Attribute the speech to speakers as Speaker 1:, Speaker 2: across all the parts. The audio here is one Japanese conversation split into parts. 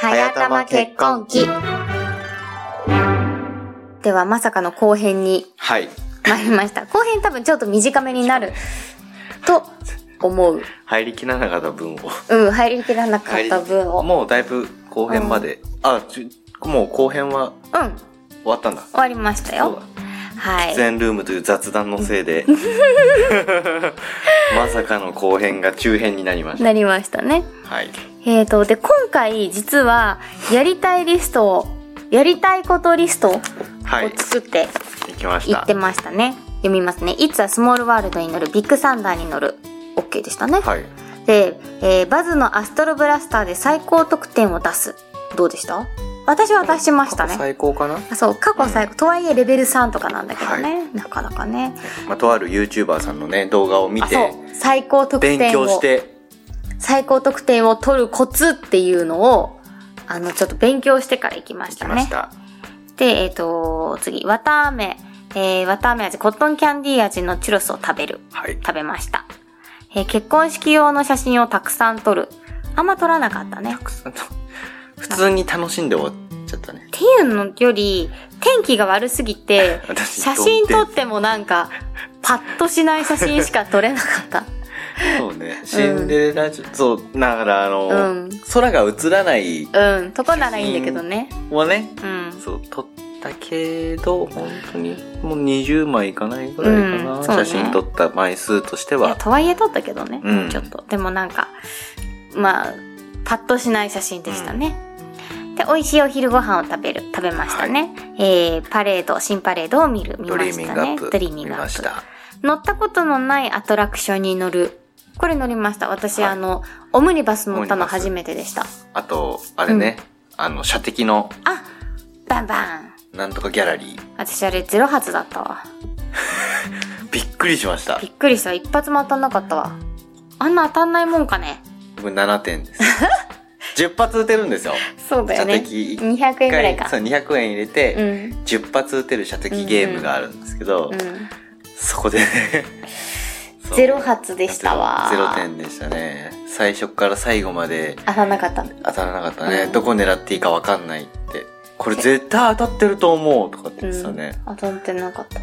Speaker 1: はやたま結婚記。では、まさかの後編に
Speaker 2: はい。
Speaker 1: 参りました。後編多分ちょっと短めになると思う。
Speaker 2: 入りきらなかった分を。
Speaker 1: うん、入りきらなかった分を。
Speaker 2: もうだいぶ後編まで。あ、ちゅもう後編
Speaker 1: う
Speaker 2: は
Speaker 1: ん、
Speaker 2: 終わったんだ。
Speaker 1: 終わりました
Speaker 2: そう
Speaker 1: よ
Speaker 2: だ。。
Speaker 1: はい。
Speaker 2: 全ルームという雑談のせいで、まさかの後編が中編になりまし
Speaker 1: なりましたね。
Speaker 2: た。はい。
Speaker 1: えーと、で、今回実は、やりたいリストを、やりたいことリストを
Speaker 2: はい。
Speaker 1: 作って
Speaker 2: できまし
Speaker 1: い
Speaker 2: た
Speaker 1: って。ましたね。読みますね。It's a small world に乗る、ビッグサンダーに乗る。OK でしたね。
Speaker 2: はい。
Speaker 1: で、えーバズのアストロブラスターで最高得点を出す。どうでした私は出しましたね。
Speaker 2: 最高かな
Speaker 1: あそう、過去最高。とはいえレベル3とかなんだけどね。なかなかね。
Speaker 2: まあ、とある YouTuber さんのね、動画を見
Speaker 1: あ、そう
Speaker 2: て、。
Speaker 1: 最高得点を。
Speaker 2: 勉強して、
Speaker 1: 最高得点を取るコツっていうのを、あの、ちょっと勉強してから行きまし
Speaker 2: き
Speaker 1: た
Speaker 2: ま
Speaker 1: ね
Speaker 2: し。た。
Speaker 1: で、えっ、と、次、わたあめ。えー、わたあめ味、コットンキャンディー味のチュロスを食べる。
Speaker 2: はい。
Speaker 1: 食べました。えー結婚式用の写真をたくさん撮る。あんま撮らなかったね。っ
Speaker 2: 普通に楽しんで終わっちゃったね。、
Speaker 1: ていうのより、天気が悪すぎて
Speaker 2: 私
Speaker 1: 写真撮
Speaker 2: どん
Speaker 1: っ
Speaker 2: で
Speaker 1: てもなんか、パッとしない写真しか撮れなかった。
Speaker 2: そうね。シンデレラ城、そう、だからあの、
Speaker 1: うん
Speaker 2: 空が映らない
Speaker 1: うん、とこならいいんだけどね。
Speaker 2: はね、
Speaker 1: うん。
Speaker 2: そう、撮ったけど、本当に、もう20枚いかないぐらいかな、
Speaker 1: うんそうね
Speaker 2: 写真撮った枚数として
Speaker 1: いや、
Speaker 2: は。
Speaker 1: とはいえ撮ったけどね。
Speaker 2: うん
Speaker 1: ちょっと。でもなんか、まあ、パッとしない写真でしたね。で、美味しいお昼ご飯を食べる、食べましたね。えー、パレード、新パレードを見る、見
Speaker 2: ド
Speaker 1: ま
Speaker 2: リー
Speaker 1: し
Speaker 2: ミン
Speaker 1: た
Speaker 2: グア
Speaker 1: ね
Speaker 2: ッ。プ。
Speaker 1: ドリーミングアップ。
Speaker 2: 見ました。
Speaker 1: 乗ったことのないアトラクションに乗る。これ乗りました。私、
Speaker 2: はい
Speaker 1: あの、オムニバス乗ったの
Speaker 2: オムニバス
Speaker 1: 初めてでした。
Speaker 2: あと、あれね、あの、射的の
Speaker 1: あバンバン
Speaker 2: なんとかギャラリー。
Speaker 1: 私あれゼロ発だったわ。
Speaker 2: びっくりしました
Speaker 1: び。っくりした。一発も当たんなかったわ。あんな当たんないもんかね。
Speaker 2: 僕7 点です。10発撃てるんですよ。
Speaker 1: そうだよね。
Speaker 2: 射的
Speaker 1: 200円ぐらい
Speaker 2: そ
Speaker 1: か。
Speaker 2: う200円入れて、
Speaker 1: うん。
Speaker 2: 10発撃てる射的ゲームがあるんですけど、
Speaker 1: うん。
Speaker 2: そこでね そう
Speaker 1: ゼロ発でしたわ
Speaker 2: ゼロゼロ点でしたね最初から最後まで
Speaker 1: 当たんなかった。
Speaker 2: 当たらなかったね、
Speaker 1: うん
Speaker 2: どこ狙っていいか分かんないってこれ絶対当たってると思うとかって言ってたね、
Speaker 1: 当たってなかった。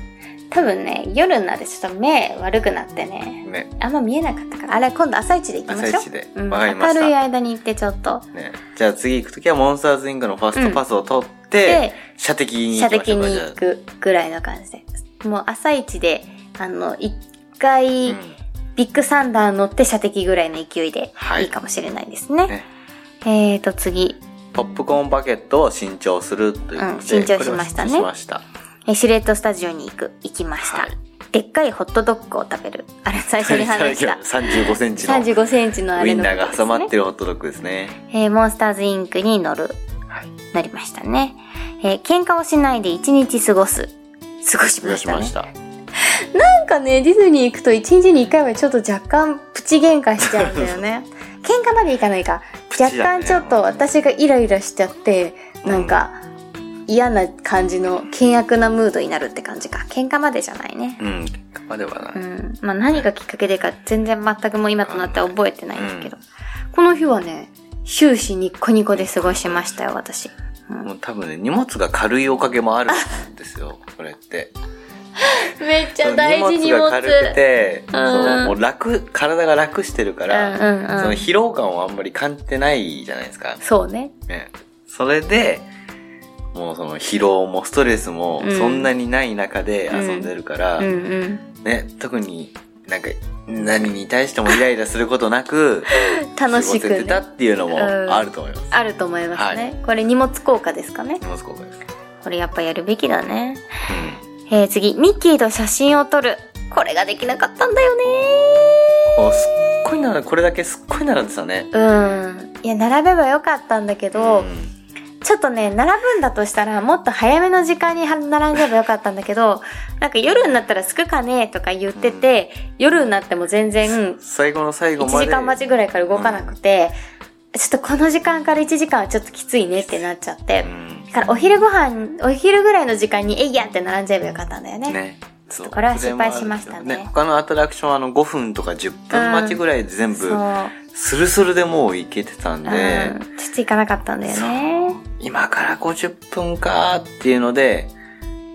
Speaker 1: 多分ね、夜になってちょっと目悪くなってね。
Speaker 2: ね
Speaker 1: あんま見えなかったから。あれ、今度朝一で行きましょう。
Speaker 2: 朝一で
Speaker 1: うん、
Speaker 2: わかりました
Speaker 1: 明るい間に行ってちょっと。
Speaker 2: ねじゃあ次行く時はモンスターズイングのファーストパスを取っ
Speaker 1: で
Speaker 2: て、、射的に行
Speaker 1: 射
Speaker 2: きまし
Speaker 1: 的
Speaker 2: ょうか
Speaker 1: に行くぐらいの感じで。もう朝一で、あの、一回、
Speaker 2: じゃあ
Speaker 1: ビッグサンダー乗って射的ぐらいの勢いで
Speaker 2: はい
Speaker 1: いいかもしれないですね。
Speaker 2: ね
Speaker 1: えーと、次。
Speaker 2: うんポップコーンバケットを新調するということで、
Speaker 1: うん新調しましたね
Speaker 2: これは新調しました
Speaker 1: えシルエットスタジオに行く、行きました。
Speaker 2: はい
Speaker 1: でっかいホットドッグを食べる。あれ、最初に話した。
Speaker 2: 35センチのウ
Speaker 1: 35センチのあれ
Speaker 2: イン
Speaker 1: のこ
Speaker 2: ナ
Speaker 1: と
Speaker 2: ー
Speaker 1: です、ね。
Speaker 2: が挟まってるホットドッグですね。
Speaker 1: えーモンスターズインクに乗る。
Speaker 2: はい。
Speaker 1: 乗りましたね。えー喧嘩をしないで一日過ごす。過ごし
Speaker 2: 用
Speaker 1: ま
Speaker 2: 意
Speaker 1: し
Speaker 2: したま
Speaker 1: ね
Speaker 2: し。た。
Speaker 1: なんかね、ディズニー行くと一日に一回はちょっと若干プチ喧嘩しちゃうんだよ ね。喧嘩までいかないか。
Speaker 2: プチだ
Speaker 1: 若干
Speaker 2: ね
Speaker 1: ちょっと私がイライラしちゃって、なんか嫌な感じの険悪なムードになるって感じか。喧嘩までじゃないね。
Speaker 2: うん。頑張ればな
Speaker 1: う
Speaker 2: い。
Speaker 1: ん。まあ何がきっかけでか全然全くもう今となっては覚えてないんだけど。この日はね、終始ニッコニコで過ごしましたよ、私。
Speaker 2: もう多分ね、荷物が軽いおかげもあるんですよ、これって。
Speaker 1: めっち
Speaker 2: そ
Speaker 1: ゃ
Speaker 2: の
Speaker 1: 大事に持
Speaker 2: が
Speaker 1: つ。
Speaker 2: 軽くて、そう
Speaker 1: うん
Speaker 2: もう楽、体が楽してるか
Speaker 1: う
Speaker 2: ら、
Speaker 1: んうん
Speaker 2: そ
Speaker 1: う
Speaker 2: の
Speaker 1: ん。
Speaker 2: 疲労感をあんまり感じてないじゃないですか。
Speaker 1: そうね。
Speaker 2: ね、それで、もうその疲労もストレスも
Speaker 1: うん
Speaker 2: そんなにない中で遊んでるから、
Speaker 1: うんうん。
Speaker 2: ね、特になんか何に対してもイライラすることなく
Speaker 1: 楽しく
Speaker 2: 過ごせてた
Speaker 1: ね。
Speaker 2: っていうのもあると思います。
Speaker 1: あると思いますね、
Speaker 2: はい
Speaker 1: これ荷物効果ですかね
Speaker 2: 荷物交換です。
Speaker 1: これやっぱやるべきだねえー、次ミッキーと写真を撮るこれができなかったんだよね
Speaker 2: おすっごい並んこれだけすっごい並んでたね。
Speaker 1: うんいや並べばよかったんだけど、
Speaker 2: ん
Speaker 1: ちょっとね並ぶんだとしたらもっと早めの時間には並んでばよかったんだけどなんか夜になったらすくかねとか言ってて、夜になっても全然
Speaker 2: 最後の最後
Speaker 1: 1
Speaker 2: まで。
Speaker 1: 時間待ちぐらいから動かなくて、ちょっとこの時間から1時間はちょっときついねってなっちゃって、
Speaker 2: うん
Speaker 1: だからお昼ご飯、お昼ぐらいの時間に、えいやって並んじゃえばよかったんだよね。
Speaker 2: ね。
Speaker 1: ちょ
Speaker 2: そ
Speaker 1: っ
Speaker 2: う
Speaker 1: とこれは失敗しましたね
Speaker 2: 他のアトラクションはあの5分とか10分待ちぐらいで全部
Speaker 1: そう。
Speaker 2: スルスルでもう行けてたんで、
Speaker 1: うん、ちょっと行かなかったんだよね
Speaker 2: 今から50分かっていうので、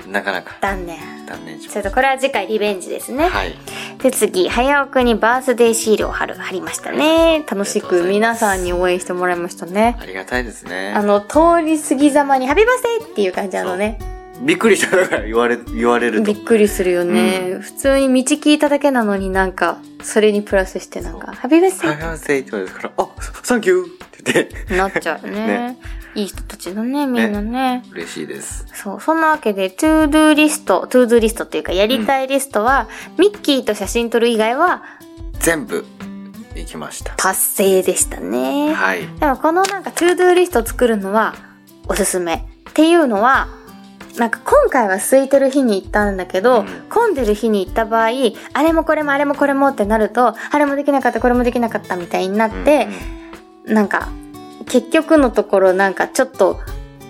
Speaker 2: なかなか
Speaker 1: 断念
Speaker 2: 断念しま
Speaker 1: ちょ
Speaker 2: し
Speaker 1: っとこれは次回リベンジですね、
Speaker 2: た。はい。
Speaker 1: で次早尾くんにバースデーシールを貼る貼りましたね楽しく皆さんに応援してもらいましたね
Speaker 2: ありがたいですね
Speaker 1: あ。の通り過ぎざまに「ハッピーバースデー!」っていう感じなのね
Speaker 2: びっくりしたから言われ、言われると。
Speaker 1: びっくりするよね、普通に道聞いただけなのになんかそれにプラスしてなんか
Speaker 2: そ
Speaker 1: 「ハッピーバースデー!」
Speaker 2: 早瀬って言われたから、あ、サンキューって言って、
Speaker 1: なっちゃうね
Speaker 2: ね
Speaker 1: いい人たちだねみんなね
Speaker 2: 嬉しいです。
Speaker 1: そうそんなわけでトゥードゥリストトゥードゥリストっていうかやりたいリストは、ミッキーと写真撮る以外は
Speaker 2: 全部、行きました。
Speaker 1: 達成でしたね、
Speaker 2: はい。
Speaker 1: でもこのなんかトゥードゥーリスト作るのはおすすめっていうのはなんか今回は空いてる日に行ったんだけど、
Speaker 2: うん
Speaker 1: 混んでる日に行った場合あれもこれもあれもこれもってなるとあれもできなかったこれもできなかったみたいになって、なんか結局のところなんかちょっと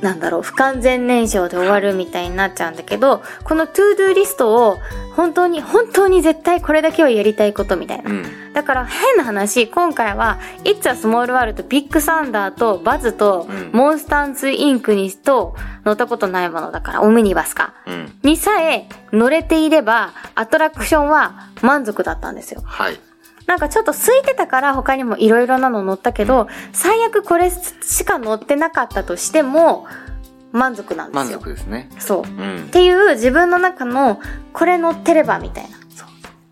Speaker 1: なんだろう不完全燃焼で終わるみたいになっちゃうんだけどこのトゥードゥーリストを本当に本当に絶対これだけはやりたいことみたいな
Speaker 2: うん、うん。
Speaker 1: だから変な話今回は「It's a Small World」ビッグサンダーとバズと、
Speaker 2: うん
Speaker 1: モンスタンズインクにと乗ったことないものだからオムニバスか
Speaker 2: うん。
Speaker 1: にさえ乗れていればアトラクションは満足だったんですよ
Speaker 2: はい。
Speaker 1: なんかちょっと空いてたから他にもいろいろなの乗ったけど最悪これしか乗ってなかったとしても満足なんで
Speaker 2: 満
Speaker 1: すよ
Speaker 2: 足ですね。
Speaker 1: そう
Speaker 2: う
Speaker 1: っ
Speaker 2: ん。
Speaker 1: ていう自分の中のこれ乗ってればみたいな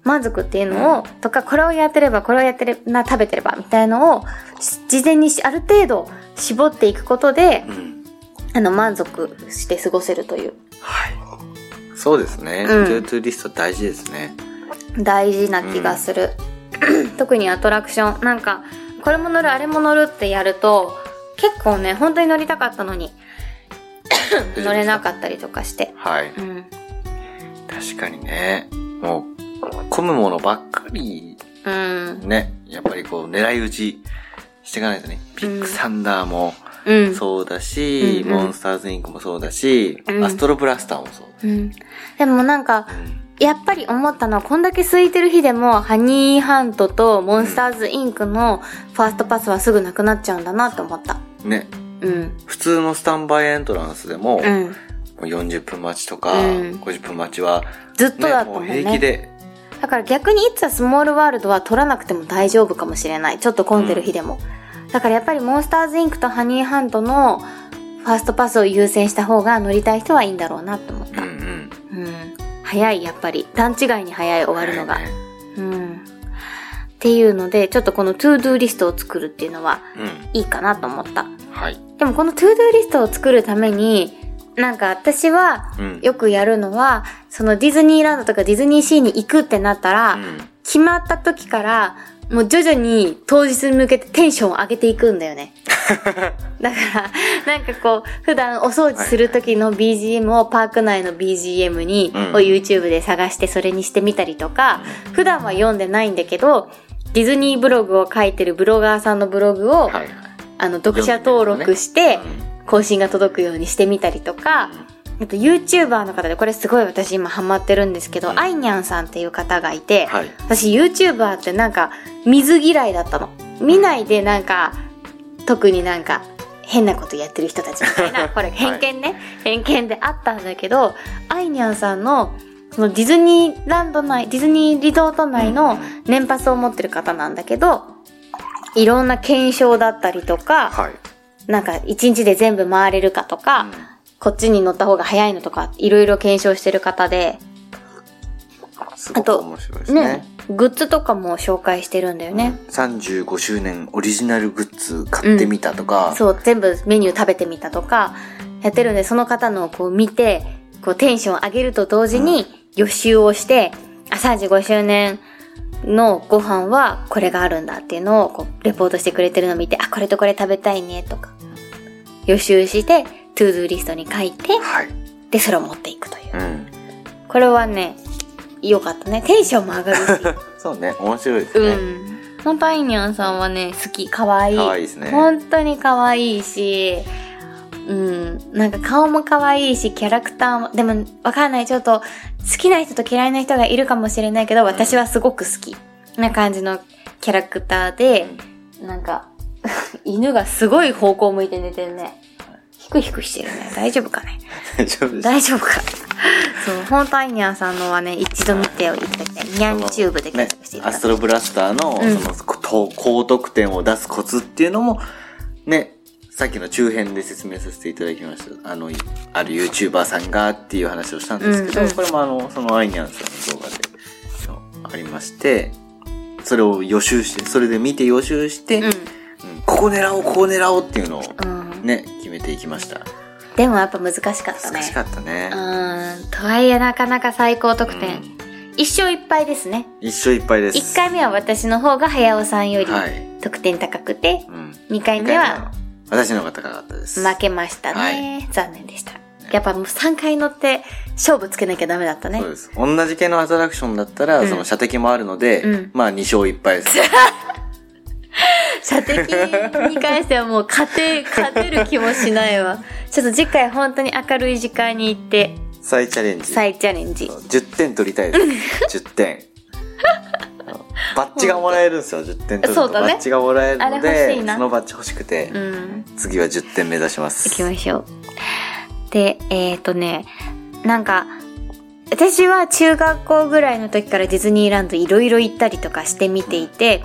Speaker 1: 満足っていうのをとかこれをやってればこれをやってれな食べてればみたいのをし事前にしある程度絞っていくことで
Speaker 2: うん。
Speaker 1: あの満足して過ごせるという
Speaker 2: はい。そうですね。
Speaker 1: うん
Speaker 2: トゥートゥーリスト大事ですね。
Speaker 1: 大事な気がする、特にアトラクションなんかこれも乗るあれも乗るってやると結構ね本当に乗りたかったのに乗れなかったりとかして、
Speaker 2: はい。
Speaker 1: うん
Speaker 2: 確かにね。もう、混むものばっかり、
Speaker 1: うん
Speaker 2: ね。やっぱりこう、狙い撃ちしていかないとね。ビッグサンダーも
Speaker 1: うん、
Speaker 2: そうだし、
Speaker 1: うんうん
Speaker 2: モンスターズインクもそうだし、
Speaker 1: うん
Speaker 2: アストロブラスターもそうだ
Speaker 1: う
Speaker 2: し。
Speaker 1: ん、でもなんか
Speaker 2: うん
Speaker 1: やっぱり思ったのは、こんだけ空いてる日でも、ハニーハントとモンスターズインクのファーストパスはすぐなくなっちゃうんだなと思った。
Speaker 2: ね。
Speaker 1: うん。
Speaker 2: 普通のスタンバイエントランスでも、
Speaker 1: う
Speaker 2: も
Speaker 1: ん。
Speaker 2: う40分待ちとか、
Speaker 1: うん
Speaker 2: 50分待ちは、
Speaker 1: ずっとだ
Speaker 2: ね、
Speaker 1: った
Speaker 2: も
Speaker 1: も
Speaker 2: うん平気
Speaker 1: ね。
Speaker 2: で、
Speaker 1: だから逆に、いつはスモールワールドは取らなくても大丈夫かもしれない。ちょっと混んでる日でも。だからやっぱりモンスターズインクとハニーハントのファーストパスを優先した方が乗りたい人はいいんだろうなと思っ
Speaker 2: うん
Speaker 1: た。
Speaker 2: う
Speaker 1: うん。
Speaker 2: ん。
Speaker 1: 早い、やっぱり。段違いに早い終わるのが。
Speaker 2: ね
Speaker 1: うん。っていうので、ちょっとこのトゥードゥーリストを作るっていうのは
Speaker 2: う
Speaker 1: いいかなと思った。
Speaker 2: ん。はい。
Speaker 1: でもこのトゥードゥーリストを作るために、なんか私は
Speaker 2: うん。
Speaker 1: よくやるのは、そのディズニーランドとかディズニーシーに行くってなったら、
Speaker 2: うん
Speaker 1: 決まった時から、もう徐々に当日に向けてテンションを上げていくんだよ ね。だから、なんかこう、普段お掃除する時の BGM をパーク内の BGM に、
Speaker 2: うん
Speaker 1: を YouTube で探してそれにしてみたりとか、普段は読んでないんだけど、ディズニーブログを書いてるブロガーさんのブログを、
Speaker 2: はい。
Speaker 1: あの、読者登録して
Speaker 2: う、ん
Speaker 1: 更新が届くようにしてみたりとか、あと YouTuber の方で、これすごい私今ハマってるんですけど、
Speaker 2: うん
Speaker 1: あいにゃんさんっていう方がいて、
Speaker 2: はい。
Speaker 1: 私 YouTuber ってなんか水嫌いだったの。見ないでなんか、特になんか変なことやってる人たちみた いな、これ偏見ね、偏見であったんだけど、あいにゃんさんの、そのディズニーランド内、ディズニーリゾート内の年パスを持ってる方なんだけど、いろんな検証だったりとか、
Speaker 2: はい。
Speaker 1: なんか一日で全部回れるかとか、こっちに乗った方が早いのとか、いろいろ検証してる方で、
Speaker 2: すご
Speaker 1: あと
Speaker 2: く面白いですね。
Speaker 1: ね、グッズとかも紹介してるんだよね。
Speaker 2: 35周年オリジナルグッズ買ってみたとか、
Speaker 1: そう、全部メニュー食べてみたとか、やってるんで、その方のをこう見て、こうテンション上げると同時に予習をして、あ、35周年のご飯はこれがあるんだっていうのをこうレポートしてくれてるのを見て、あ、これとこれ食べたいねとか、予習して、トゥードゥーリストに書いて、
Speaker 2: はい。
Speaker 1: で、それを持っていくという。
Speaker 2: うん。
Speaker 1: これはね、良かったね。テンションも上がるし。
Speaker 2: そう ね、面白いです
Speaker 1: う
Speaker 2: ね。
Speaker 1: ん。本当アイニャンさんはね、好き。可愛い
Speaker 2: 可愛いですね
Speaker 1: 本当に可愛いし、うん。なんか顔も可愛いし、キャラクターも、でも、わかんない。ちょっと、好きな人と嫌いな人がいるかもしれないけど、私はすごく好き。な感じのキャラクターで、なんか 犬がすごい方向向いて寝てるねひくひくしてるね大丈夫かね
Speaker 2: 大 丈夫です。
Speaker 1: 大丈夫かそう本当アイニャーさんのはね一度見ていただきたいニャンチューブで
Speaker 2: ね
Speaker 1: 検索してい、た
Speaker 2: ア
Speaker 1: だ
Speaker 2: ス
Speaker 1: きた
Speaker 2: トロブラスターの、
Speaker 1: うん
Speaker 2: その高、高得点を出すコツっていうのも、ね、さっきの中編で説明させていただきました。あの、いある YouTuber さんがっていう話をしたんですけど、
Speaker 1: うんうん
Speaker 2: これもあの、そのアイニャンさんの動画でそうありまして、それを予習して、それで見て予習して、
Speaker 1: い
Speaker 2: うんここ狙おう、ここ狙おうっていうのを
Speaker 1: うん、うん、
Speaker 2: ね、決めていきました。
Speaker 1: でもやっぱ難しかったね
Speaker 2: 難しかったね。
Speaker 1: うんとはいえなかなか最高得
Speaker 2: う
Speaker 1: 点
Speaker 2: ん
Speaker 1: 一勝一敗ですね
Speaker 2: 一緒いっぱいです。
Speaker 1: 一回目は私の方が早尾さんより
Speaker 2: はい。
Speaker 1: 得点高くて、
Speaker 2: うん。
Speaker 1: 二回目は
Speaker 2: 私の方が高かったです。
Speaker 1: 負けましたね、残念でしたやっぱもう3回乗って勝負つけなきゃダメだったね
Speaker 2: そうです。同じ系のアトラクションだったら、
Speaker 1: うん
Speaker 2: その射的もあるので、
Speaker 1: うん
Speaker 2: まあ2勝1敗です。
Speaker 1: 射的に関してはもう勝 て勝てる気もしないわちょっと次回本当に明るい時間に行って
Speaker 2: 再チャレンジ。
Speaker 1: 再チャレンジ
Speaker 2: そう10点取りたいです。10点。あのバッジがもらえるんですよ、10点取ると。
Speaker 1: そうだ
Speaker 2: バ
Speaker 1: ね
Speaker 2: ッジがもらえるの
Speaker 1: あれ欲しい
Speaker 2: で、
Speaker 1: な
Speaker 2: そのバッジ欲しくて、
Speaker 1: うん
Speaker 2: 次は10点目指します。
Speaker 1: 行きましょうでえっ、とねなんか私は中学校ぐらいの時からディズニーランドいろいろ行ったりとかして見ていて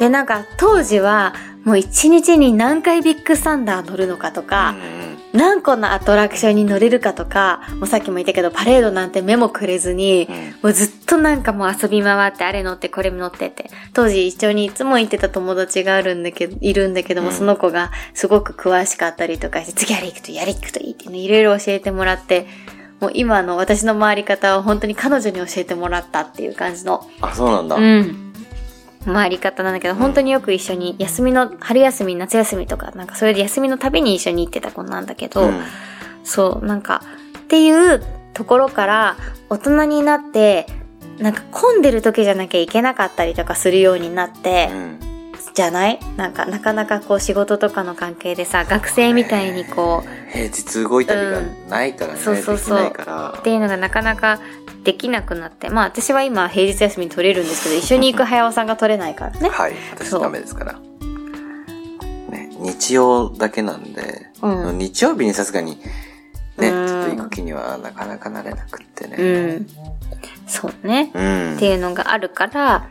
Speaker 1: でなんか当時はもう一日に何回ビッグサンダー乗るのかとか、
Speaker 2: うん
Speaker 1: 何個のアトラクションに乗れるかとか、もうさっきも言ったけど、パレードなんて目もくれずに、
Speaker 2: うんうん
Speaker 1: もうずっとなんかもう遊び回って、あれ乗って、これ乗ってって。当時一緒にいつも行ってた友達があるんだけど、いるんだけども、
Speaker 2: うん
Speaker 1: その子がすごく詳しかったりとかして、次あれ行くといい、あれ行くといいっていうのいろいろ教えてもらって、もう今の私の回り方は本当に彼女に教えてもらったっていう感じの、
Speaker 2: あ、そうなんだ。
Speaker 1: うん。回り方なんだけど、
Speaker 2: うん
Speaker 1: 本当によく一緒に、休みの、春休み、夏休みとか、なんかそれで休みのたびに一緒に行ってた子なんだけど、
Speaker 2: うん
Speaker 1: そう、なんか、っていうところから、大人になって、なんか混んでる時じゃなきゃいけなかったりとかするようになって、
Speaker 2: うん
Speaker 1: じゃないなんか、なかなかこう仕事とかの関係でさ、学生みたいにこう、
Speaker 2: 平日動いたりが
Speaker 1: うん
Speaker 2: ないからね、
Speaker 1: そうそうそう
Speaker 2: できないから
Speaker 1: っ。ていうのがなかなかできなくなって、まあ私は今平日休みに取れるんですけど、一緒に行く早尾さんが取れないからね。
Speaker 2: はい、私
Speaker 1: そう
Speaker 2: ダメですから。ね、日曜だけなんで、
Speaker 1: うん
Speaker 2: 日曜日にさすがに、ね、ち
Speaker 1: うん
Speaker 2: ょっと行く気にはなかなかなれなくって
Speaker 1: う
Speaker 2: ね。
Speaker 1: ん。そうね。
Speaker 2: うん。
Speaker 1: っていうのがあるから、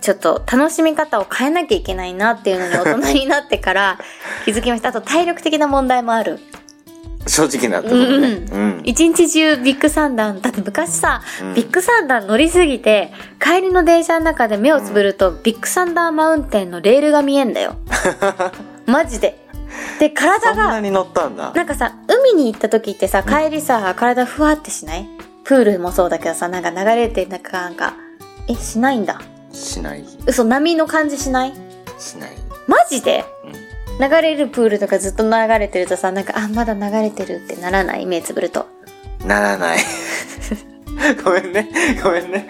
Speaker 1: ちょっと楽しみ方を変えなきゃいけないなっていうのに大人になってから気づきました。あと体力的な問題もある。
Speaker 2: 正直なところね。
Speaker 1: う
Speaker 2: うん。
Speaker 1: 一日中ビッグサンダー、だって昔さ、
Speaker 2: うん
Speaker 1: ビッグサンダー乗りすぎて、帰りの電車の中で目をつぶると、ビッグサンダーマウンテンのレールが見えんだ よ。マジで。で、
Speaker 2: そ
Speaker 1: 体
Speaker 2: んな
Speaker 1: が、
Speaker 2: に乗ったんだ。
Speaker 1: なんかさ、海に行った時ってさ、帰りさ、体ふわってしないプールもそうだけどさ、なんか流れて、なんか、なんか、え、しないんだ。
Speaker 2: しない、
Speaker 1: 嘘、波の感じしない
Speaker 2: しない。
Speaker 1: マジで
Speaker 2: うん
Speaker 1: 流れるプールとかずっと流れてるとさなんかあまだ流れてるってならない目つぶると
Speaker 2: ならない。 ごめんね、ごめんね。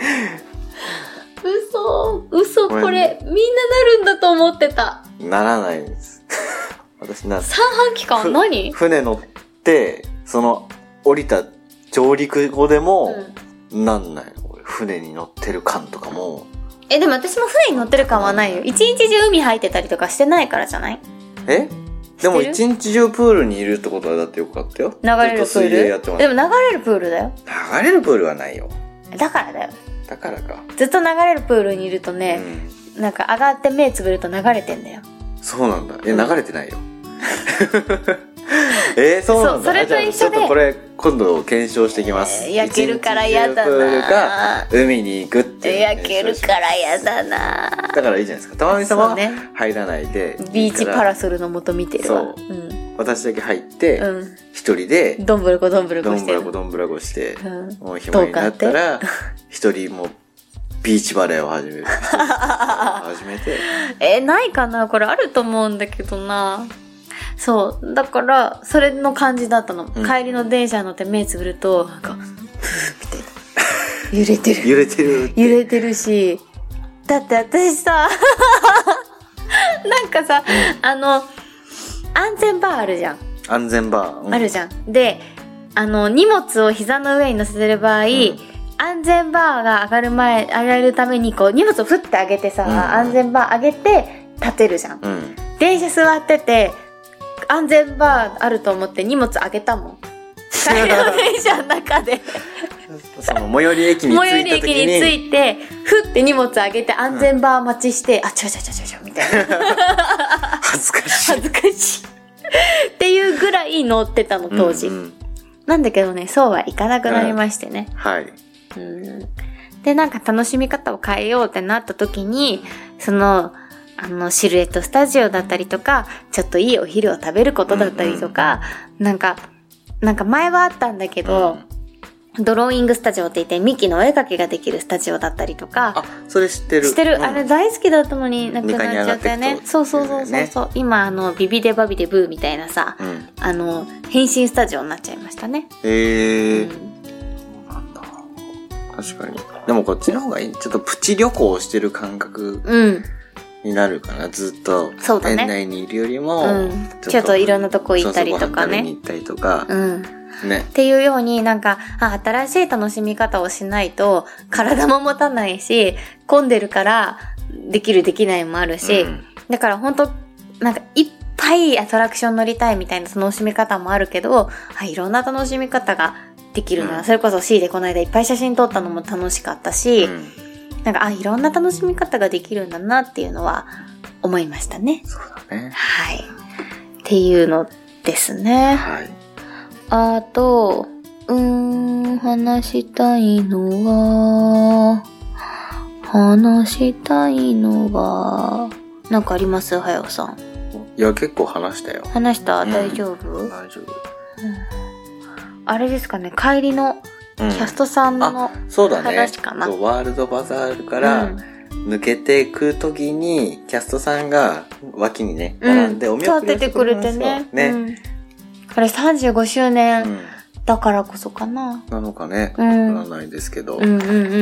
Speaker 1: 嘘嘘
Speaker 2: これ
Speaker 1: みんななるんだと思ってた
Speaker 2: ならないです。私な、
Speaker 1: 三半期間何
Speaker 2: 船乗って、その、降りた上陸後でも、なんないの俺船に乗ってる感とかも
Speaker 1: えでも私も船に乗ってる感はないよ一日中海入ってたりとかしてないからじゃない
Speaker 2: えでも
Speaker 1: 知って
Speaker 2: 一日中プールにいるってことはだってよかったよ
Speaker 1: 流れるプ
Speaker 2: ずっと水泳や
Speaker 1: ー
Speaker 2: って
Speaker 1: ル
Speaker 2: ま
Speaker 1: ですも流れるプールだよ
Speaker 2: 流れるプールはないよ
Speaker 1: だからだよ
Speaker 2: だからか、
Speaker 1: ずっと流れるプールにいると
Speaker 2: う
Speaker 1: ね、
Speaker 2: ん、
Speaker 1: なんか上がって目つぶると流れてんだよ
Speaker 2: そうなんだえ
Speaker 1: うん
Speaker 2: 流れてないよ えー、そうな
Speaker 1: そ
Speaker 2: んだ
Speaker 1: うそれと一緒で
Speaker 2: じゃあちょっとこれ今度検証してきます、
Speaker 1: えー焼けるから嫌だな
Speaker 2: 一日中プールか海に行くっていうのを
Speaker 1: 焼
Speaker 2: 検
Speaker 1: け
Speaker 2: 証
Speaker 1: る
Speaker 2: し
Speaker 1: からやだな
Speaker 2: だからいいじゃないですか玉美さん
Speaker 1: そう
Speaker 2: は
Speaker 1: ね
Speaker 2: 入らないでい
Speaker 1: ビ
Speaker 2: い
Speaker 1: ー
Speaker 2: か
Speaker 1: チ
Speaker 2: ら
Speaker 1: パラソルのもと見てるわ。
Speaker 2: そう
Speaker 1: うん。
Speaker 2: 私だけ入って
Speaker 1: うん。
Speaker 2: 一、人で
Speaker 1: どんぶらこどんぶら
Speaker 2: ど
Speaker 1: こ
Speaker 2: ん
Speaker 1: し
Speaker 2: ぶ
Speaker 1: て
Speaker 2: ら
Speaker 1: る。
Speaker 2: こどんぶらこして、
Speaker 1: うん
Speaker 2: もう暇になったら一人もうビーチバレーを始め る始めて
Speaker 1: えー、ないかなこれあると思うんだけどな。そう。だから、それの感じだったの。
Speaker 2: うん
Speaker 1: 帰りの電車乗って目つぶると、なんか、ふーみ たいな。揺れてる。
Speaker 2: 揺れてるって
Speaker 1: 揺れてるし。だって私さ、 なんかさ、あの、安全バーあるじゃん。
Speaker 2: 安全バー、う
Speaker 1: あるじゃん。で、あの、荷物を膝の上に乗せてる場合、
Speaker 2: ん
Speaker 1: 安全バーが上がる前、上がるために、こう、荷物を振ってあげてさ、
Speaker 2: うん
Speaker 1: 安全バー上げて、立てるじゃん。
Speaker 2: うん。
Speaker 1: 電車座ってて、安全バーあると思って荷物あげたもん。帰りの電車の中で。
Speaker 2: その、最寄り駅に着い
Speaker 1: 最寄り
Speaker 2: た
Speaker 1: 駅に
Speaker 2: 時に、
Speaker 1: 着いて、ふって荷物あげて安全バー待ちして、あ、ちょちょちょちょちょ、みたいな。
Speaker 2: 恥ずかしい。
Speaker 1: 恥ずかしい。っていうぐらい乗ってたの、当時。
Speaker 2: うんうん
Speaker 1: なんだけどね、そうはいかなくなりましてね。
Speaker 2: はい。
Speaker 1: うんで、なんか楽しみ方を変えようってなった時に、その、あの、シルエットスタジオだったりとか、ちょっといいお昼を食べることだったりとか、なんか、なんか前はあったんだけど、ドローイングスタジオって言って、ミキのお絵かきができるスタジオだったりとか、
Speaker 2: あ、それ知ってる。
Speaker 1: してる、
Speaker 2: うん
Speaker 1: あれ大好きだったのになくなっちゃったよ
Speaker 2: 二階に上がっ
Speaker 1: ね
Speaker 2: てくと
Speaker 1: そうそうそうそうそう、今あのビビデバビデブーみたいなさ、
Speaker 2: うん。
Speaker 1: あの変身スタジオになっちゃいましたね、
Speaker 2: ええ
Speaker 1: う
Speaker 2: ー。
Speaker 1: ん
Speaker 2: なんだ確かに。でもこっちの方がいい。ちょっとプチ旅行をしてる感覚
Speaker 1: うん
Speaker 2: になるかな。ずっと、
Speaker 1: そうだね
Speaker 2: 園内にいるよりも、
Speaker 1: うんちょっといろんなとこ行ったりとか
Speaker 2: そうそうご飯食べ
Speaker 1: ね
Speaker 2: に行ったりとか
Speaker 1: う、んっ
Speaker 2: ね。
Speaker 1: ていうようになんかあ新しい楽しみ方をしないと体も持たないし混んでるからできるできないもあるし、
Speaker 2: うん
Speaker 1: だから本当なんかいっぱいアトラクション乗りたいみたいな楽しみ方もあるけど、はい、いろんな楽しみ方ができるな、
Speaker 2: うん
Speaker 1: それこそ C でこの間いっぱい写真撮ったのも楽しかったし、
Speaker 2: うん
Speaker 1: なんかあいろんな楽しみ方ができるんだなっていうのは思いましたね。
Speaker 2: そうだね。
Speaker 1: はい。っていうのですね。
Speaker 2: はい。
Speaker 1: あと、うーん、話したいのは、話したいのは、なんかありますはよさん。
Speaker 2: いや、結構話したよ。
Speaker 1: 話した
Speaker 2: うん
Speaker 1: 大丈夫、
Speaker 2: 大丈夫。
Speaker 1: あれですかね帰りの
Speaker 2: うん
Speaker 1: キャストさんの、
Speaker 2: そうだね。
Speaker 1: 話かな
Speaker 2: そうワールドバザールから、
Speaker 1: うん
Speaker 2: 抜けていくときに、キャストさんが脇にね、
Speaker 1: う
Speaker 2: 並ん
Speaker 1: ん
Speaker 2: でお見
Speaker 1: 座っ
Speaker 2: 送りを
Speaker 1: て
Speaker 2: して
Speaker 1: て
Speaker 2: く
Speaker 1: く
Speaker 2: れ
Speaker 1: れ
Speaker 2: ま
Speaker 1: て
Speaker 2: すよ
Speaker 1: ねう
Speaker 2: ね。
Speaker 1: ん、あれ35周
Speaker 2: う
Speaker 1: 年
Speaker 2: ん。
Speaker 1: だからこそかな
Speaker 2: なのかね、
Speaker 1: う
Speaker 2: わ
Speaker 1: ん
Speaker 2: からないですけど。
Speaker 1: うんうんうん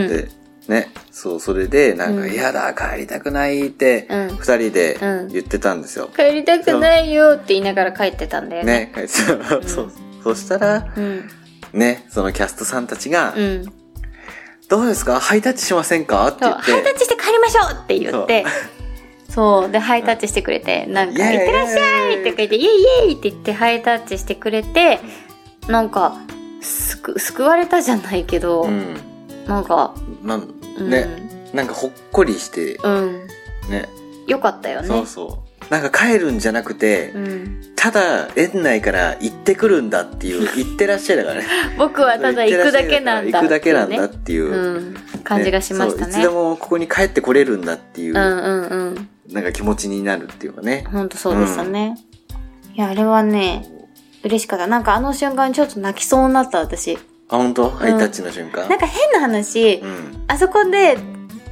Speaker 2: で、ね、そう、それで、なんか、
Speaker 1: うん
Speaker 2: 嫌だ、帰りたくないって、
Speaker 1: うん
Speaker 2: 二人で
Speaker 1: うん
Speaker 2: 言ってたんですよ。
Speaker 1: 帰りたくないよって言いながら帰ってたんだよね
Speaker 2: ね、帰ってそう、そしたら、
Speaker 1: うん
Speaker 2: ね、そのキャストさんたちが
Speaker 1: う、ん
Speaker 2: どうですかハイタッチしませんかって
Speaker 1: そ
Speaker 2: 言
Speaker 1: う
Speaker 2: っ
Speaker 1: ハイタッ
Speaker 2: て、
Speaker 1: チして帰りましょうって言ってそうでハイタッチしてくれてなんか「
Speaker 2: イエーイ
Speaker 1: いってらっしゃい」って書いて「イエイイエイ」って言ってハイタッチしてくれてなんか救救われたじゃないけど、
Speaker 2: うん。
Speaker 1: なんか、
Speaker 2: なん、
Speaker 1: うん、
Speaker 2: ね、なんかほっこりして、
Speaker 1: うん
Speaker 2: ね、
Speaker 1: よかったよね
Speaker 2: そうそう。なんか帰るんじゃなくて、
Speaker 1: うん、
Speaker 2: ただ園内から行ってくるんだっていう、行ってらっしゃい だからね。
Speaker 1: 僕はただ行くだけなんだ
Speaker 2: 行くだけなんだ
Speaker 1: っ
Speaker 2: っ
Speaker 1: て
Speaker 2: いう
Speaker 1: ていううね、うん、感じがしました
Speaker 2: そういつ
Speaker 1: ね
Speaker 2: でもここに帰ってこれるんだっていう、
Speaker 1: うんうんうん
Speaker 2: なんか気持ちになるっていうかね。
Speaker 1: ほんとそうでしたね、いやあれはね嬉しかったなんかあの瞬間にちょっと泣きそうになった私
Speaker 2: あ、本当ハイタッチの瞬間。
Speaker 1: なんか変な話、
Speaker 2: うん。
Speaker 1: あそこで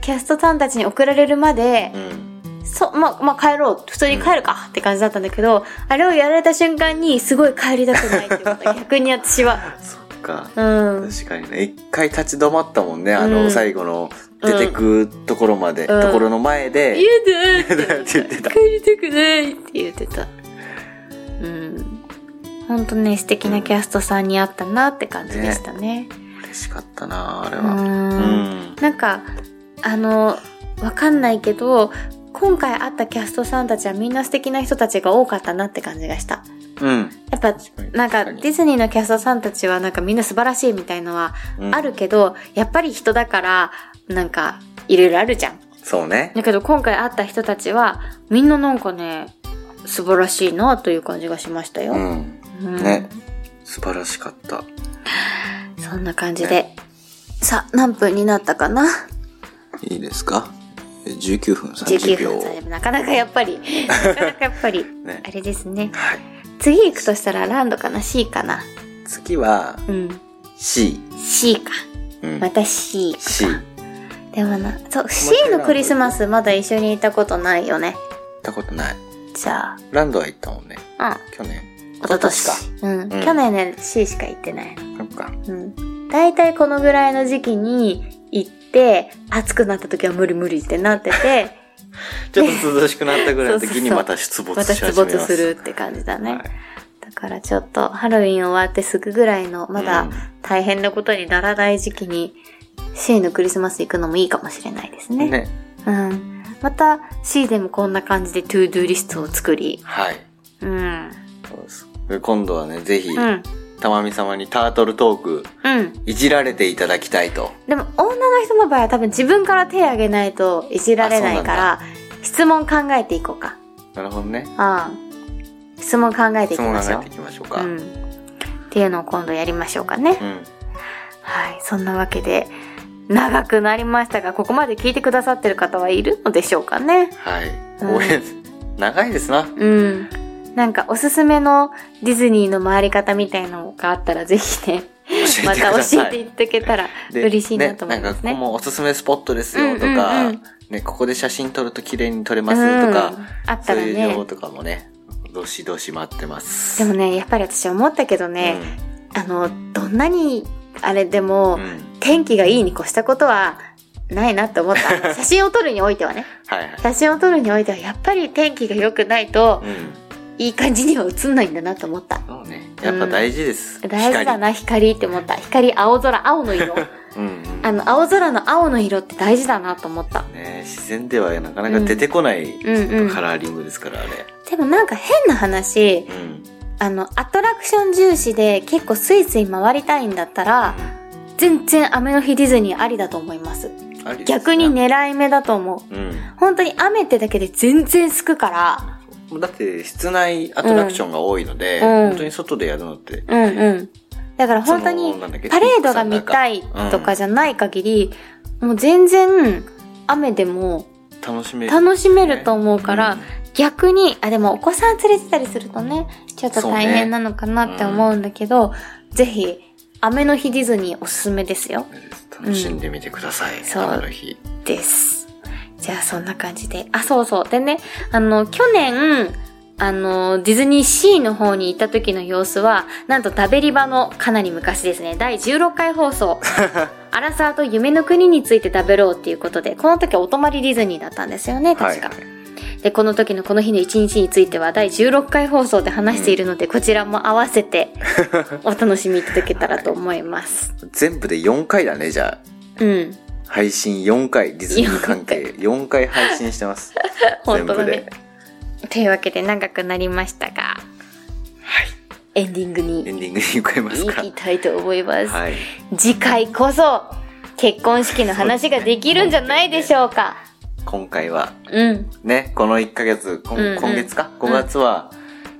Speaker 1: キャストさんたちに送られるまで
Speaker 2: う、ん。
Speaker 1: そまあまあ帰ろう普通に帰るかって感じだったんだけど、あれをやられた瞬間にすごい帰りたくないって思った 逆に私は
Speaker 2: そっか。
Speaker 1: うん
Speaker 2: 確かにね。一回立ち止まったもんね。あの、
Speaker 1: うん
Speaker 2: 最後の出てくところまで、
Speaker 1: うん
Speaker 2: ところの
Speaker 1: 「
Speaker 2: 前で、
Speaker 1: 嫌だ!」って
Speaker 2: って言ってた。
Speaker 1: 帰りたくないって言ってたうんほんとね素敵なキャストさんに会ったなって感じでしたね
Speaker 2: 嬉しかったなあれ
Speaker 1: う
Speaker 2: は。うんん。
Speaker 1: なんかあのわかんないけど今回会ったキャストさんたちはみんな素敵な人たちが多かったなって感じがした
Speaker 2: うん。
Speaker 1: やっぱ
Speaker 2: 確かに
Speaker 1: なんか
Speaker 2: 確か
Speaker 1: ディズニーのキャストさんたちはなんかみんな素晴らしいみたいのは
Speaker 2: にうん
Speaker 1: あるけど、やっぱり人だからなんかいろいろあるじゃん。
Speaker 2: そうね。
Speaker 1: だけど今回会った人たちはみんななんかね素晴らしいなという感じがしました
Speaker 2: う
Speaker 1: よ。
Speaker 2: ん。
Speaker 1: うん
Speaker 2: ね。素晴らしかった。
Speaker 1: そんな感じで、さあ何分になったかない
Speaker 2: いですかえー ?19 分30
Speaker 1: ?19
Speaker 2: 秒。
Speaker 1: 分30分なかなかやっぱり なかなかやっぱり
Speaker 2: ね
Speaker 1: あれですね。
Speaker 2: はい。
Speaker 1: 次行くとしたらランドかな C かな
Speaker 2: 次は
Speaker 1: うん
Speaker 2: C。
Speaker 1: C か
Speaker 2: うん
Speaker 1: また C
Speaker 2: C。行っ
Speaker 1: でもな、そう、C のクリスマスまだ一緒にいたことないよね。
Speaker 2: たことない。
Speaker 1: じゃ
Speaker 2: ランドは行ったもんね。
Speaker 1: あ、
Speaker 2: 去年。
Speaker 1: うん、一昨年
Speaker 2: か。
Speaker 1: うん、
Speaker 2: うん
Speaker 1: 去年ね、C しか行ってない。
Speaker 2: そっか。
Speaker 1: うん。大体このぐらいの時期に行って、暑くなった時は無理無理ってなって て、
Speaker 2: ちょっと涼しくなったぐらいの
Speaker 1: そう
Speaker 2: 時に
Speaker 1: そうそう
Speaker 2: また出没
Speaker 1: また
Speaker 2: し始め
Speaker 1: 出
Speaker 2: ます。
Speaker 1: 没するって感じだね。
Speaker 2: はい。
Speaker 1: だからちょっとハロウィン終わってすぐぐらいの、ま
Speaker 2: う
Speaker 1: だ
Speaker 2: ん
Speaker 1: 大変なことにならない時期に、C のクリスマス行くのもいいかもしれないですね。
Speaker 2: ね。
Speaker 1: うん。また C でもこんな感じでトゥードゥーリストを作り、
Speaker 2: はい。
Speaker 1: うん。
Speaker 2: そうですで今度はね、ぜひ、
Speaker 1: うん。
Speaker 2: たまみ様にタートルトーク、
Speaker 1: うん。
Speaker 2: いじられていただきたいと。
Speaker 1: でも女の人の場合は多分自分から手挙げないといじられないから、質問考えていこうか。
Speaker 2: なるほどね。
Speaker 1: うん。質問考えていき
Speaker 2: 質問
Speaker 1: ま
Speaker 2: 考
Speaker 1: しょ
Speaker 2: え
Speaker 1: う
Speaker 2: てい。きましょうか。
Speaker 1: う
Speaker 2: うん。
Speaker 1: ん。っていうのを今度やりましょうかね。はい。そんなわけで、長くなりましたが、ここまで聞いてくださってる方はいるのでしょうかね。
Speaker 2: はい。
Speaker 1: うん
Speaker 2: 応援、長いですな。
Speaker 1: うん。なんかおすすめのディズニーの回り方みたいなのがあったら、ぜひ ね、
Speaker 2: 教 え
Speaker 1: ま
Speaker 2: てく
Speaker 1: た
Speaker 2: だ
Speaker 1: 教
Speaker 2: さ
Speaker 1: えて
Speaker 2: い。
Speaker 1: いただけたら
Speaker 2: で
Speaker 1: 嬉しいなと思います
Speaker 2: ね。な
Speaker 1: ね。
Speaker 2: んか、ここもおすすめスポットですよとか、
Speaker 1: うんうん
Speaker 2: ね、ここで写真撮ると綺麗に撮れ
Speaker 1: う
Speaker 2: ま
Speaker 1: ん
Speaker 2: すとか、
Speaker 1: あっ
Speaker 2: そ
Speaker 1: た
Speaker 2: う
Speaker 1: ら
Speaker 2: いう情報
Speaker 1: ね。
Speaker 2: とかもね、どしどし待ってます。
Speaker 1: でもね、やっぱり私は思ったけどね、あの、どんなにあれでも、
Speaker 2: うん、うん。
Speaker 1: 天気がいいに越したことはないなって思 った。写真を撮るにおいてはね。
Speaker 2: はいはい。
Speaker 1: 写真を撮るにおいてはやっぱり天気が良くないと
Speaker 2: うん。
Speaker 1: いい感じには映んないんだなと思った。
Speaker 2: そうね。やっぱ大事です。
Speaker 1: 大事だな光って思った。光、青空、青の色。
Speaker 2: 光。うん、うん。
Speaker 1: あの、青空の青の色って大事だなと思った。
Speaker 2: ね、自然ではなかなか出てこない、
Speaker 1: うんうん
Speaker 2: カラーリングですから、あれ。
Speaker 1: でもなんか変な話、
Speaker 2: うん。
Speaker 1: あの、アトラクション重視で結構スイスイ回りたいんだったら、全然雨の日ディズニーありだと思います。
Speaker 2: ありです
Speaker 1: 逆に。狙い目だと思う。
Speaker 2: うん。
Speaker 1: 本当に雨ってだけで全然すくから、
Speaker 2: だって、室内アトラクションが多いので、
Speaker 1: うん
Speaker 2: 本当に外でやるのって、
Speaker 1: うんうん。だから本当に
Speaker 2: そのなんだっけ
Speaker 1: パレードが見たいとかじゃない限り、もう全然雨でも
Speaker 2: 楽しめる。
Speaker 1: 楽しめると思うから、
Speaker 2: うん
Speaker 1: 逆に、あ、でもお子さん連れてたりするとね、ちょっと大変なのかなって思うんだけど、ぜひ、雨の日ディズニーおすすめですよ。
Speaker 2: 楽しんでみてください。
Speaker 1: そう
Speaker 2: 雨の日。
Speaker 1: です。じゃあそんな感じで。あ、そうそう。でね、あの、去年、あの、ディズニーシーの方に行った時の様子は、なんとダベリバのかなり昔ですね、第16回放送、アラサーと夢の国について食べろうっていうことで、この時はお泊まりディズニーだったんですよね、確か。で、この時のこの日の一日については第16回放送で話しているので、こちらも合わせ てお楽しみいただけたらと思います。
Speaker 2: 全部で4回だね、じゃあ。
Speaker 1: うん。
Speaker 2: 配信4回、ディズニー関係4回配信してます。
Speaker 1: 本当だ
Speaker 2: 全
Speaker 1: ね
Speaker 2: 部。
Speaker 1: というわけで長くなりましたが、エンディング
Speaker 2: で。エ
Speaker 1: に
Speaker 2: ンディングに向かいます
Speaker 1: 行
Speaker 2: か
Speaker 1: き。たいと思います。
Speaker 2: はい。
Speaker 1: 次回こそ結婚式の話ができるんじゃないでしょうか。
Speaker 2: 今回は、
Speaker 1: うん。
Speaker 2: ね、この1ヶ月、こん
Speaker 1: うんうん
Speaker 2: 今月か ?5 月は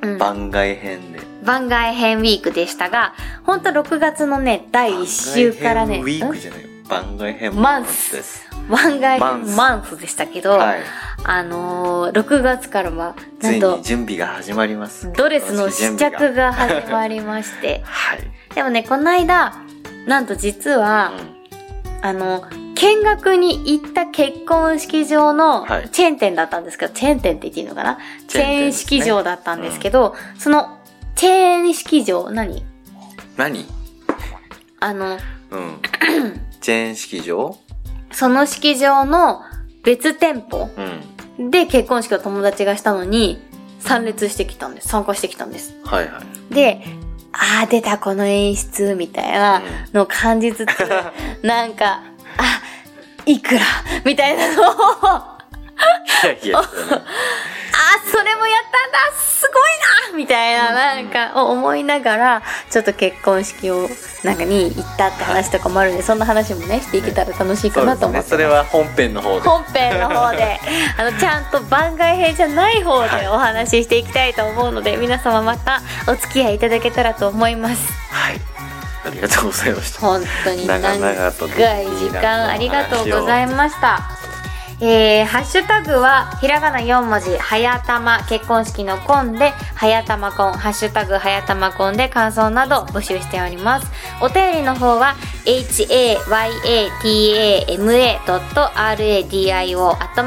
Speaker 1: うん、
Speaker 2: 番外編で。
Speaker 1: 番外編ウィークでしたが、本当6月のね、第1週からね、
Speaker 2: 番外編ウィークじゃない。番外編
Speaker 1: マンス
Speaker 2: です。
Speaker 1: うん番外
Speaker 2: マン
Speaker 1: 編
Speaker 2: ス
Speaker 1: マンスでしたけど、
Speaker 2: はい。
Speaker 1: あのー、6月からは、
Speaker 2: つ
Speaker 1: ないん
Speaker 2: に
Speaker 1: と、
Speaker 2: 準備が始まります。
Speaker 1: ドレスの試着
Speaker 2: が。
Speaker 1: が始まりまして、
Speaker 2: はい。
Speaker 1: でもね、この間、なんと実は、
Speaker 2: う
Speaker 1: あの、見学に行った結婚式場の
Speaker 2: はい
Speaker 1: チェーン店だったんですけど、チェーン店って言っていいのかな
Speaker 2: チ
Speaker 1: チ
Speaker 2: ェ
Speaker 1: ェ
Speaker 2: ーン店
Speaker 1: ー
Speaker 2: で
Speaker 1: ン
Speaker 2: すね
Speaker 1: 式場だったんですけど、そのチェーン式場、何
Speaker 2: ん。 何
Speaker 1: あの、
Speaker 2: うん。チェーン式場
Speaker 1: その式場の別店舗
Speaker 2: うん。
Speaker 1: で結婚式を友達がしたのに、参列してきたんです。参加してきたんです。
Speaker 2: はいはい。
Speaker 1: で、あー出たこの演出みたいなのを感じつ つ、なんか、あ、いくらみたいなのを、あ、
Speaker 2: いやいや、
Speaker 1: それもやったんだすごいなみたいな、なんか、を思いながら、ちょっと結婚式を、なんかに行ったって話とかもあるんで、そんな話もね、していけたら楽しい
Speaker 2: そ
Speaker 1: か
Speaker 2: う
Speaker 1: な
Speaker 2: で
Speaker 1: と
Speaker 2: す
Speaker 1: 思
Speaker 2: ね。
Speaker 1: って
Speaker 2: そ。れは本編の方で。
Speaker 1: 本編の方 であのちゃんと番外編じゃない方でお話ししていきたいと思うので、皆様またお付き合いいただけたらと思います
Speaker 2: はい。ありがとうございました。
Speaker 1: 本当に長
Speaker 2: 長々
Speaker 1: い
Speaker 2: と
Speaker 1: 時間ありがとうございましたえー、ハッシュタグはひらがな4文字「はやたま結婚式のコン」で「はやたまコン」「ハッシュタグはやたまコン」で感想など募集しておりますお便りの方は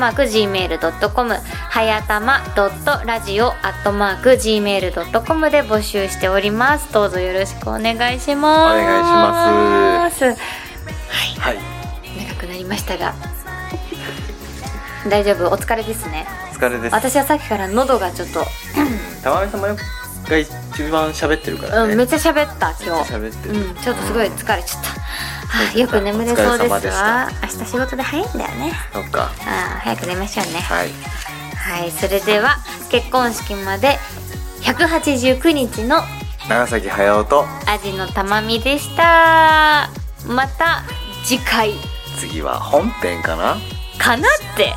Speaker 1: hayatama.radio.gmail.com はやたま .radio.gmail.com で募集しておりますどうぞよろしくお願いします
Speaker 2: お願いしますはい。
Speaker 1: 長くなりましたが大丈夫お疲れですね
Speaker 2: お疲れです。
Speaker 1: 私はさっきから喉がちょっと、
Speaker 2: たまみ様が一番喋ってるから
Speaker 1: う
Speaker 2: ね。
Speaker 1: ん、めっちゃ喋った今
Speaker 2: めっ
Speaker 1: 日
Speaker 2: ちゃ喋って
Speaker 1: う
Speaker 2: る。
Speaker 1: ん、ちょっとすごい疲れちゃった。あよく眠れそうで
Speaker 2: お疲れ様
Speaker 1: す
Speaker 2: でした
Speaker 1: わ明日仕事で早いんだよね
Speaker 2: そっか。
Speaker 1: あー早く寝ましょうね
Speaker 2: はい。
Speaker 1: はいそれでは結婚式まで189日の
Speaker 2: 長崎駿と、
Speaker 1: アジのたまみでしたまた次回
Speaker 2: 次は本編かな
Speaker 1: かなって